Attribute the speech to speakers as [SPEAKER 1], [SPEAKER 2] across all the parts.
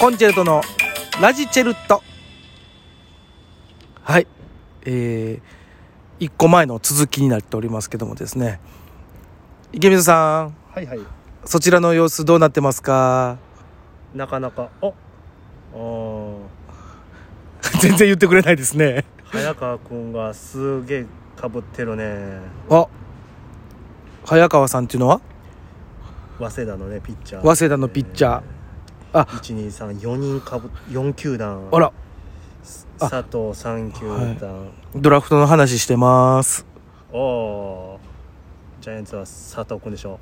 [SPEAKER 1] コンチェルトのラジチェルトはいえー、1個前の続きになっておりますけどもですね池水さん
[SPEAKER 2] はいはい
[SPEAKER 1] そちらの様子どうなってますか
[SPEAKER 2] なかなかああー
[SPEAKER 1] 全然言ってくれないですね
[SPEAKER 2] 早川くんがすげえかぶってるね
[SPEAKER 1] あ早川さんっていうのは
[SPEAKER 2] 早稲田のねピッチャー
[SPEAKER 1] 早稲田のピッチャーあ
[SPEAKER 2] 1234人かぶ4球団
[SPEAKER 1] あらあ
[SPEAKER 2] 佐藤3球団、
[SPEAKER 1] ドラフトの話してます
[SPEAKER 2] おおージャイアンツは佐藤くんでしょ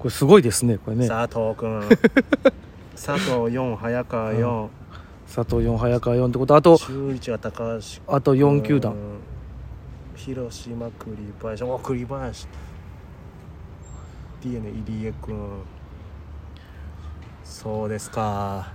[SPEAKER 1] これすごいですねこれ
[SPEAKER 2] う、
[SPEAKER 1] ね
[SPEAKER 2] 佐藤 くん佐藤4早川4、
[SPEAKER 1] 佐藤4早川4ってことあと
[SPEAKER 2] 中1が高橋
[SPEAKER 1] あと4球団
[SPEAKER 2] うん広島栗林お栗林 d n a 入江君そうですか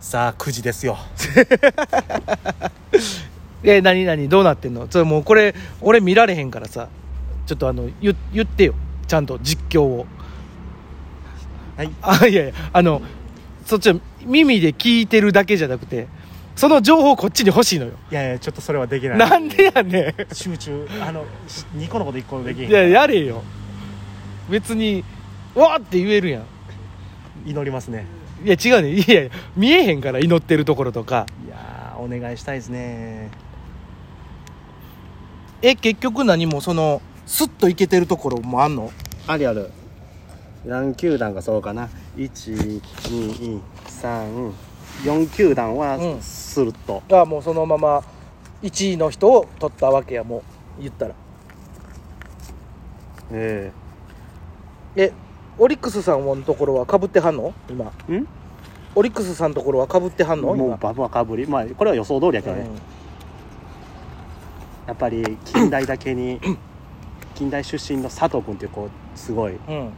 [SPEAKER 2] さあ9時ですよ
[SPEAKER 1] え何何どうなってんのそれもうこれ俺見られへんからさちょっとあの言言ってよちゃんと実況を
[SPEAKER 2] はい
[SPEAKER 1] あいやいやあのそっちは耳で聞いてるだけじゃなくてその情報こっちに欲しいのよ
[SPEAKER 2] いやいやちょっとそれはできない
[SPEAKER 1] なんでやね
[SPEAKER 2] 集中あの2個のこと1個でき
[SPEAKER 1] んい
[SPEAKER 2] ん
[SPEAKER 1] ややれよ別にわーって言えるやん
[SPEAKER 2] 祈りますね
[SPEAKER 1] いや違うねいやいや見えへんから祈ってるところとか
[SPEAKER 2] いやーお願いしたいですね
[SPEAKER 1] え結局何もそのスッといけてるところもあんの
[SPEAKER 2] あるある何球団がそうかな1234球団
[SPEAKER 1] うん
[SPEAKER 2] はすると、
[SPEAKER 1] がもうそのまま1位の人を取ったわけやもう言ったら
[SPEAKER 2] え
[SPEAKER 1] えオリックスさんのところはかぶってはんの今
[SPEAKER 2] えん
[SPEAKER 1] オリックスさんのところはかぶってはんの
[SPEAKER 2] もう
[SPEAKER 1] 今
[SPEAKER 2] ババかぶりまあこれは予想通りやけどね、
[SPEAKER 1] うん
[SPEAKER 2] やっぱり近代だけに 近代出身の佐藤君っていうこうすごい
[SPEAKER 1] うん、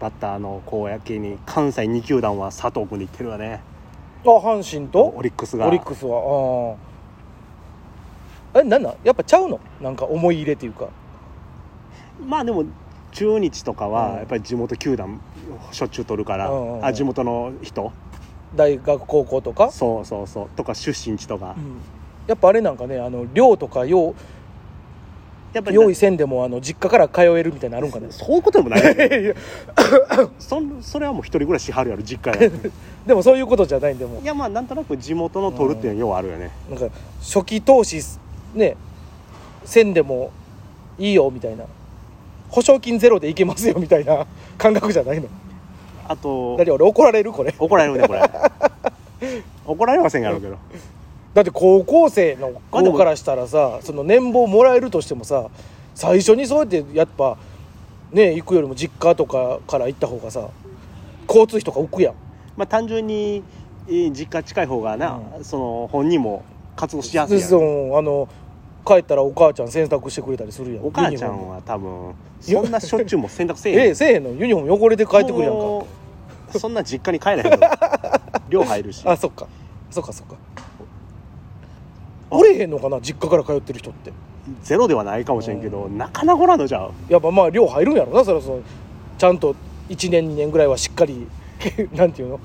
[SPEAKER 2] バッターの公約に関西2球団は佐藤君でいってるわね
[SPEAKER 1] あ阪神と
[SPEAKER 2] オリックスが
[SPEAKER 1] オリックスはああえなんなんやっぱちゃうのなんか思い入れっていうか
[SPEAKER 2] まあでも中日とか
[SPEAKER 1] うん
[SPEAKER 2] はやっぱり地元球団しょっちゅう取るから、
[SPEAKER 1] うんうんうん
[SPEAKER 2] あ地元の人
[SPEAKER 1] 大学高校とか、
[SPEAKER 2] そうそうそうとか出身地とか、
[SPEAKER 1] うんやっぱあれなんかねあの寮とか用
[SPEAKER 2] やっぱり
[SPEAKER 1] 用意せんでもあの実家から通えるみたいなのあるんかね
[SPEAKER 2] そういうことでもない
[SPEAKER 1] いや
[SPEAKER 2] そんそれはもう一人暮らしはるやろ実 家やい
[SPEAKER 1] でもそういうことじゃないんでも
[SPEAKER 2] やまあなんとなく地元の取るっていうのはようあるよね、
[SPEAKER 1] なんか初期投資ねせんでもいいよみたいな保証金ゼロでいけますよみたいな 感覚じゃないの
[SPEAKER 2] あと
[SPEAKER 1] だって俺怒られるこれ
[SPEAKER 2] 怒られるねこれ 怒られませんやろうけど
[SPEAKER 1] だって高校生の
[SPEAKER 2] まあで
[SPEAKER 1] 子
[SPEAKER 2] も
[SPEAKER 1] からしたらさその年俸もらえるとしてもさ最初にそうやってやっぱね行くよりも実家とかから行った方がさ交通費とか浮くやん
[SPEAKER 2] まあ単純にえー実家近い方がな、その本人も活動しやす
[SPEAKER 1] で
[SPEAKER 2] いや
[SPEAKER 1] そ
[SPEAKER 2] ん
[SPEAKER 1] のあの帰ったらお母ちゃん洗濯してくれたりするやん
[SPEAKER 2] お母ちゃん
[SPEAKER 1] は
[SPEAKER 2] は多分そんなしょっちゅうも洗濯せえへん
[SPEAKER 1] ええせえへんのユニフォーム汚れて帰ってくるやんか
[SPEAKER 2] もうそんな実家に帰ら へんの寮入るし
[SPEAKER 1] あそっかそっかそっかおれへんのかな実家から通ってる人って
[SPEAKER 2] ゼロではないかもしれんけどなかなかおらんのじゃう
[SPEAKER 1] やっぱまあ寮入るんやろなそれはそのちゃんと1年2年ぐらいはしっかり なんていうの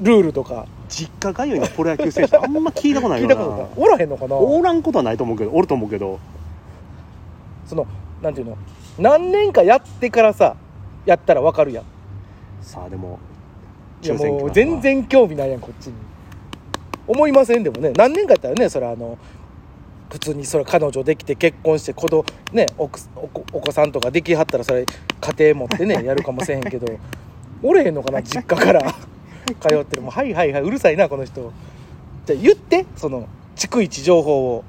[SPEAKER 1] ルールとか
[SPEAKER 2] 実家がゆのプロ野球選手ってあんま聞いたことない
[SPEAKER 1] 聞いた
[SPEAKER 2] よな
[SPEAKER 1] ことないおらへんのかな
[SPEAKER 2] おらんことはないと思うけどおると思うけど
[SPEAKER 1] そのなんていうの何年かやってからさやったらわかるやん
[SPEAKER 2] さあでも
[SPEAKER 1] いや
[SPEAKER 2] 抽選
[SPEAKER 1] も
[SPEAKER 2] 券
[SPEAKER 1] う
[SPEAKER 2] は
[SPEAKER 1] 全然興味ないやんこっちに思いませんでもね何年かやったらねそれあの普通にそれ彼女できて結婚して子供ねおくお子お子さんとかできはったらそれ家庭持ってねやるかもしれへんけどおれへんのかな実家から 通ってるもうはいはいはいうるさいなこの人じゃあ言ってその逐一情報を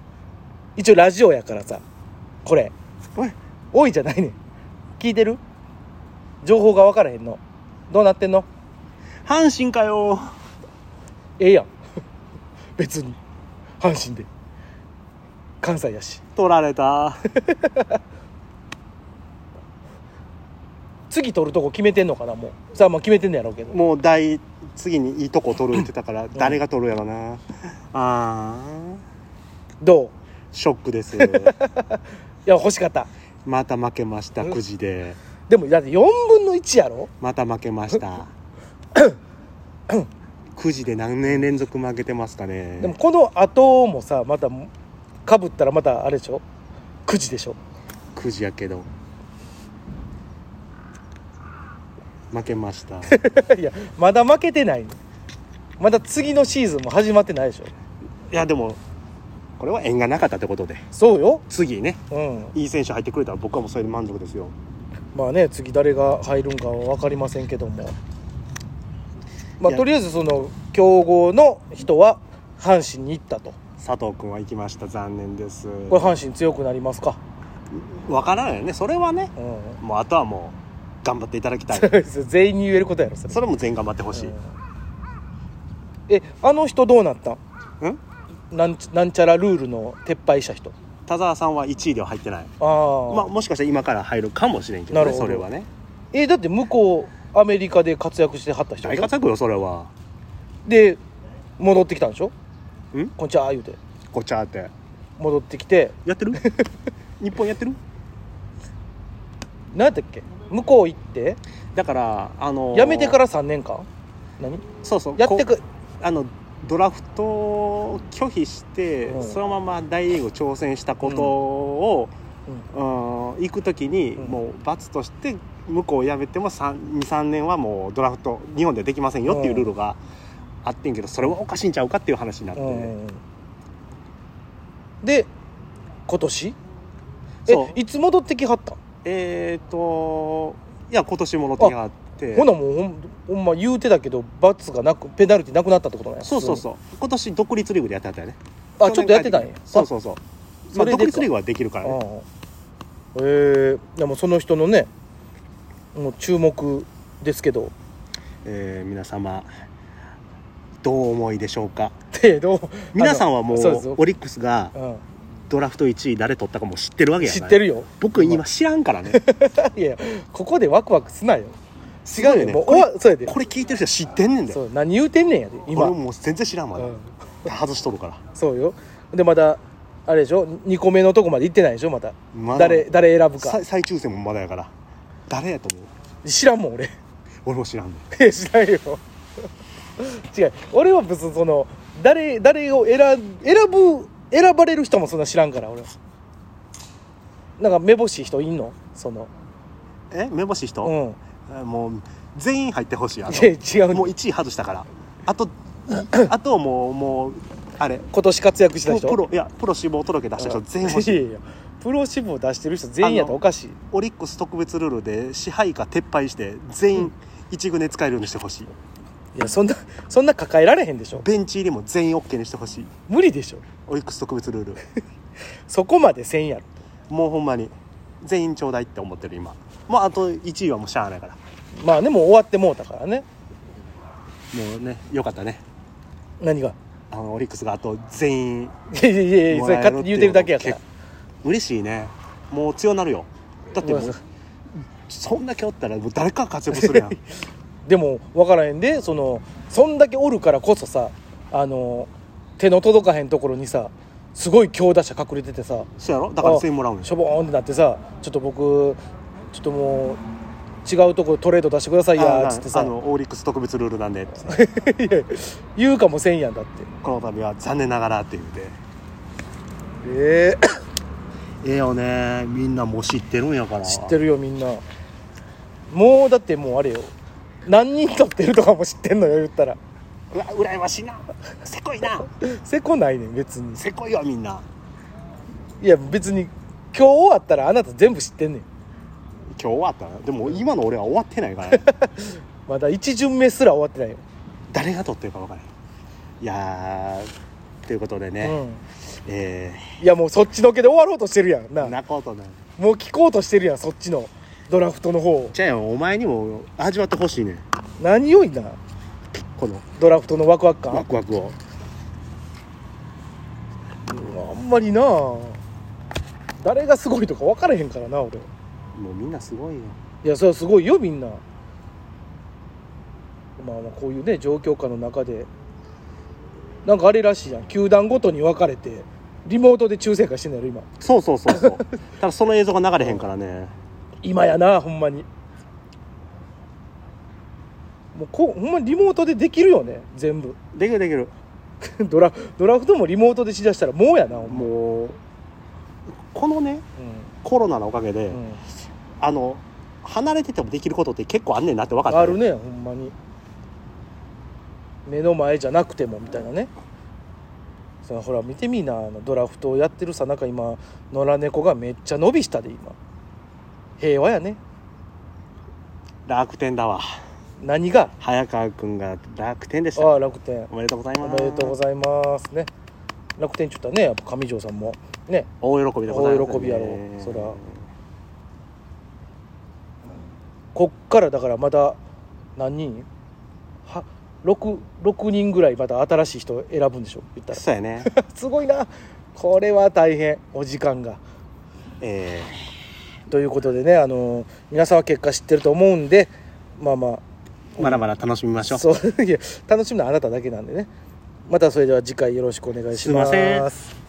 [SPEAKER 1] 一応ラジオやからさこれ
[SPEAKER 2] おい
[SPEAKER 1] 多いじゃないねん聞いてる情報が分からへんのどうなってんの
[SPEAKER 2] 阪神かよ
[SPEAKER 1] ええやん 別に阪神で関西やし
[SPEAKER 2] 取られた
[SPEAKER 1] 次取るとこ決めてんのかなもうさあまあ決めてんのやろうけど
[SPEAKER 2] もう大次にいいとこ取るって言ってたから誰が取るやろなあー
[SPEAKER 1] ど
[SPEAKER 2] ショックです
[SPEAKER 1] ういや欲しかった
[SPEAKER 2] また負けましたくじで
[SPEAKER 1] でもだって4分の1やろ
[SPEAKER 2] また負けました9時で何年連続負けてますかね
[SPEAKER 1] でもこの後もさまたかぶったらまたあれでしょ9時でしょ
[SPEAKER 2] 9時やけど負けま した
[SPEAKER 1] いやまだ負けてないまだ次のシーズンも始まってないでしょ
[SPEAKER 2] いやでもこれは縁がなかったってことで
[SPEAKER 1] そうよ
[SPEAKER 2] 次ね
[SPEAKER 1] うん
[SPEAKER 2] いい選手入ってくれたら僕はもうそれで満足ですよ
[SPEAKER 1] まあね次誰が入るんかは分かりませんけどもまあ
[SPEAKER 2] いや
[SPEAKER 1] とりあえずその強豪の人は阪神に行ったと
[SPEAKER 2] 佐藤君は行きました残念です
[SPEAKER 1] これ阪神強くなりますか
[SPEAKER 2] わからないよねそれはね
[SPEAKER 1] うん
[SPEAKER 2] もうあとはもう頑張っていただき たい
[SPEAKER 1] 全員に言えることやろそれ
[SPEAKER 2] それも全員頑張ってほしい、
[SPEAKER 1] うんえあの人どうなった
[SPEAKER 2] うん
[SPEAKER 1] なんちなんちゃらルールの撤廃した人
[SPEAKER 2] 田澤さんは1位では入ってない
[SPEAKER 1] ああ、
[SPEAKER 2] まあ、もしかしたら今から入るかもしれんけど,、
[SPEAKER 1] なる
[SPEAKER 2] ね、
[SPEAKER 1] ほど
[SPEAKER 2] それはね
[SPEAKER 1] えだって向こうアメリカで活躍してはった人で
[SPEAKER 2] 大
[SPEAKER 1] しょ
[SPEAKER 2] 活躍よそれは
[SPEAKER 1] で戻ってきたんでしょ
[SPEAKER 2] ん
[SPEAKER 1] こんちは言うて
[SPEAKER 2] こちゃって
[SPEAKER 1] 戻ってきて
[SPEAKER 2] やってる 日本やってる
[SPEAKER 1] 何やったっけ向こう行って
[SPEAKER 2] だからあのー
[SPEAKER 1] 辞めてから3年間何
[SPEAKER 2] そうそう
[SPEAKER 1] やって
[SPEAKER 2] こ
[SPEAKER 1] く
[SPEAKER 2] あのドラフトを拒否して、
[SPEAKER 1] うん
[SPEAKER 2] そのまま大リーグ挑戦したことを、
[SPEAKER 1] う
[SPEAKER 2] うん行く時に、
[SPEAKER 1] うん
[SPEAKER 2] もう罰として向こうを辞めても23年はもうドラフト日本でできませんよっていうルールがあってんけどそれはおかしいんちゃうかっていう話になって、
[SPEAKER 1] うんで今年
[SPEAKER 2] そう
[SPEAKER 1] えいつ戻ってきはったん
[SPEAKER 2] えっ、といや今年もロッテがあって
[SPEAKER 1] ほなもうほんほんま言うてたけど罰がなくペナルティなくなったってことね
[SPEAKER 2] そうそうそう今年独立リーグでやってはったよね
[SPEAKER 1] あちょっとやってたんや
[SPEAKER 2] そうそうそうま
[SPEAKER 1] それ
[SPEAKER 2] あ
[SPEAKER 1] でか
[SPEAKER 2] 独立リーグはできるからね
[SPEAKER 1] ああえー、でもその人のねもう注目ですけど
[SPEAKER 2] えー皆様どうお思いでしょうか
[SPEAKER 1] 程度
[SPEAKER 2] 皆さんはも
[SPEAKER 1] そうです
[SPEAKER 2] うオリックスが
[SPEAKER 1] うん
[SPEAKER 2] ドラフト1位誰取ったかも知ってるわけやな
[SPEAKER 1] 知
[SPEAKER 2] い
[SPEAKER 1] ってるよ
[SPEAKER 2] 僕今知らんからね
[SPEAKER 1] いやいやここでワクワクすなよ違
[SPEAKER 2] す
[SPEAKER 1] う
[SPEAKER 2] ごい
[SPEAKER 1] よ、
[SPEAKER 2] よね
[SPEAKER 1] もう
[SPEAKER 2] これ
[SPEAKER 1] おわそうやで
[SPEAKER 2] これ聞いてる人は知ってんねんだ
[SPEAKER 1] そ
[SPEAKER 2] よ
[SPEAKER 1] う何言うてんねんやで今
[SPEAKER 2] 俺もう全然知らんわ
[SPEAKER 1] うん
[SPEAKER 2] 外しとるから
[SPEAKER 1] そうよでまだあれでしょ2個目のとこまで行ってないでしょまた
[SPEAKER 2] まだ
[SPEAKER 1] 誰誰選ぶか
[SPEAKER 2] 再再抽選もまだやから誰やと思う
[SPEAKER 1] 知らんもん俺 い
[SPEAKER 2] 俺も知らんねん
[SPEAKER 1] や知らんよ 違う俺は別にその誰誰を選選ぶ選ばれる人もそんな知らんから俺はなんか目星い人いんのその
[SPEAKER 2] え目星
[SPEAKER 1] う
[SPEAKER 2] 人、
[SPEAKER 1] ん
[SPEAKER 2] えもう全員入ってほしいあの
[SPEAKER 1] いや違う
[SPEAKER 2] も
[SPEAKER 1] の
[SPEAKER 2] う1位外したから あとあともうもうあれ
[SPEAKER 1] 今年活躍し
[SPEAKER 2] プ
[SPEAKER 1] た
[SPEAKER 2] ロ
[SPEAKER 1] 人
[SPEAKER 2] プロいやプロ志望届け出した人全員欲し
[SPEAKER 1] い
[SPEAKER 2] い
[SPEAKER 1] やいやプロ志望出してる人全員やったらおかしい
[SPEAKER 2] オリックス特別ルールで支配下撤廃して全員1軍で使えるようにしてほしい
[SPEAKER 1] いやそんなそんな抱えられへんでしょ
[SPEAKER 2] ベンチ入りも全員 OK にしてほしい
[SPEAKER 1] 無理でしょ
[SPEAKER 2] オリックス特別ル ール
[SPEAKER 1] そこまでせんやろ
[SPEAKER 2] もうほんまに全員ちょうだいって思ってる今もうあと1位はもうしゃあないから
[SPEAKER 1] まあでも終わってもうたからね
[SPEAKER 2] もうねよかったね
[SPEAKER 1] 何が
[SPEAKER 2] あのオリックスがあと全員
[SPEAKER 1] いやいやいや
[SPEAKER 2] も
[SPEAKER 1] それ
[SPEAKER 2] らえ
[SPEAKER 1] 勝手
[SPEAKER 2] るっ
[SPEAKER 1] に
[SPEAKER 2] てい
[SPEAKER 1] 言
[SPEAKER 2] う
[SPEAKER 1] うてるだけやから
[SPEAKER 2] 結嬉しいねもう強なるよだっても
[SPEAKER 1] ごめん
[SPEAKER 2] う
[SPEAKER 1] なさ
[SPEAKER 2] そんだけおったらもう誰かが活躍す るやん
[SPEAKER 1] でも分からへんでそのそんだけおるからこそさあの手の届かへんところにさすごい強打者隠れててさ
[SPEAKER 2] そうやろだから全員もらうんよ
[SPEAKER 1] しょぼーんってなってさちょっと僕ちょっともう違うとこトレード出してください
[SPEAKER 2] あ
[SPEAKER 1] や
[SPEAKER 2] な
[SPEAKER 1] っつってさ
[SPEAKER 2] あのオリックス特別ルールなんでつって
[SPEAKER 1] いや言うかもせんやんだって
[SPEAKER 2] この度は残念ながらって言うて
[SPEAKER 1] ええ
[SPEAKER 2] ええよねみんなもう知ってるんやから
[SPEAKER 1] 知ってるよみんなもうだってもうあれよ何人取ってるとかも知ってんのよ言ったら
[SPEAKER 2] うわ羨ましいなせこいな
[SPEAKER 1] せこないねん別に
[SPEAKER 2] せこいわみんない
[SPEAKER 1] や別に今日終わったらあなた全部知ってんねん
[SPEAKER 2] 今日終わったなでも今の俺は終わってない からね
[SPEAKER 1] まだ一巡目すら終わってないよ、
[SPEAKER 2] 誰が取ってるか分からないいやーということでね、え
[SPEAKER 1] うん、いやもうそっちのけで終わろうとしてるやん
[SPEAKER 2] ー、
[SPEAKER 1] な
[SPEAKER 2] なことない
[SPEAKER 1] もう聞こうとしてるやんそっちのドラフトの方を
[SPEAKER 2] じゃあよお前にも味わってほしいねん
[SPEAKER 1] 何よいな
[SPEAKER 2] この
[SPEAKER 1] ドラフトのワクワク
[SPEAKER 2] ワ
[SPEAKER 1] 感
[SPEAKER 2] クワクを
[SPEAKER 1] あんまりな誰がすごいとか分からへんからな俺
[SPEAKER 2] もうみんなすごいよ
[SPEAKER 1] いやそれはすごいよみんなまあまあこういうね状況下の中でなんかあれらしいやん球団ごとに分かれてリモートで抽選会してんのやろ今
[SPEAKER 2] そうそうそうそうただその映像が流れへんからね
[SPEAKER 1] 今やなほんまにもうこうほんまにリモートでできるよね全部
[SPEAKER 2] できるできる
[SPEAKER 1] ドラドラフトもリモートでしだしたらもうやなほんま
[SPEAKER 2] もうこのね
[SPEAKER 1] う
[SPEAKER 2] コロナのおかげで、
[SPEAKER 1] んうん
[SPEAKER 2] あの離れててもできることって結構あんねんなって分かった
[SPEAKER 1] あるねほんまに目の前じゃなくてもみたいなねそのほら見てみいなあのドラフトをやってるさなんか今野良猫がめっちゃ伸びしたで今平和やね
[SPEAKER 2] 楽天だわ
[SPEAKER 1] 何が
[SPEAKER 2] 早川君が楽天でした
[SPEAKER 1] ああ楽天
[SPEAKER 2] おめでとうござい
[SPEAKER 1] お
[SPEAKER 2] ます
[SPEAKER 1] めでとうございますね楽天ちょっとねやっぱ上条さんもね
[SPEAKER 2] 大喜びでございます、ね、
[SPEAKER 1] 大喜びやろそらこっからだからまだ何人は 6, 6人ぐらいまた新しい人選ぶんでしょ言ったら
[SPEAKER 2] そうやね
[SPEAKER 1] すごいなこれは大変お時間が
[SPEAKER 2] え
[SPEAKER 1] ということでねあのー皆さんは結果知ってると思うんでまあま
[SPEAKER 2] ーまだまだ楽しみましょう
[SPEAKER 1] あそういや楽しむのはあなただけなんでねまたそれでは次回よろしくお願いします
[SPEAKER 2] すいません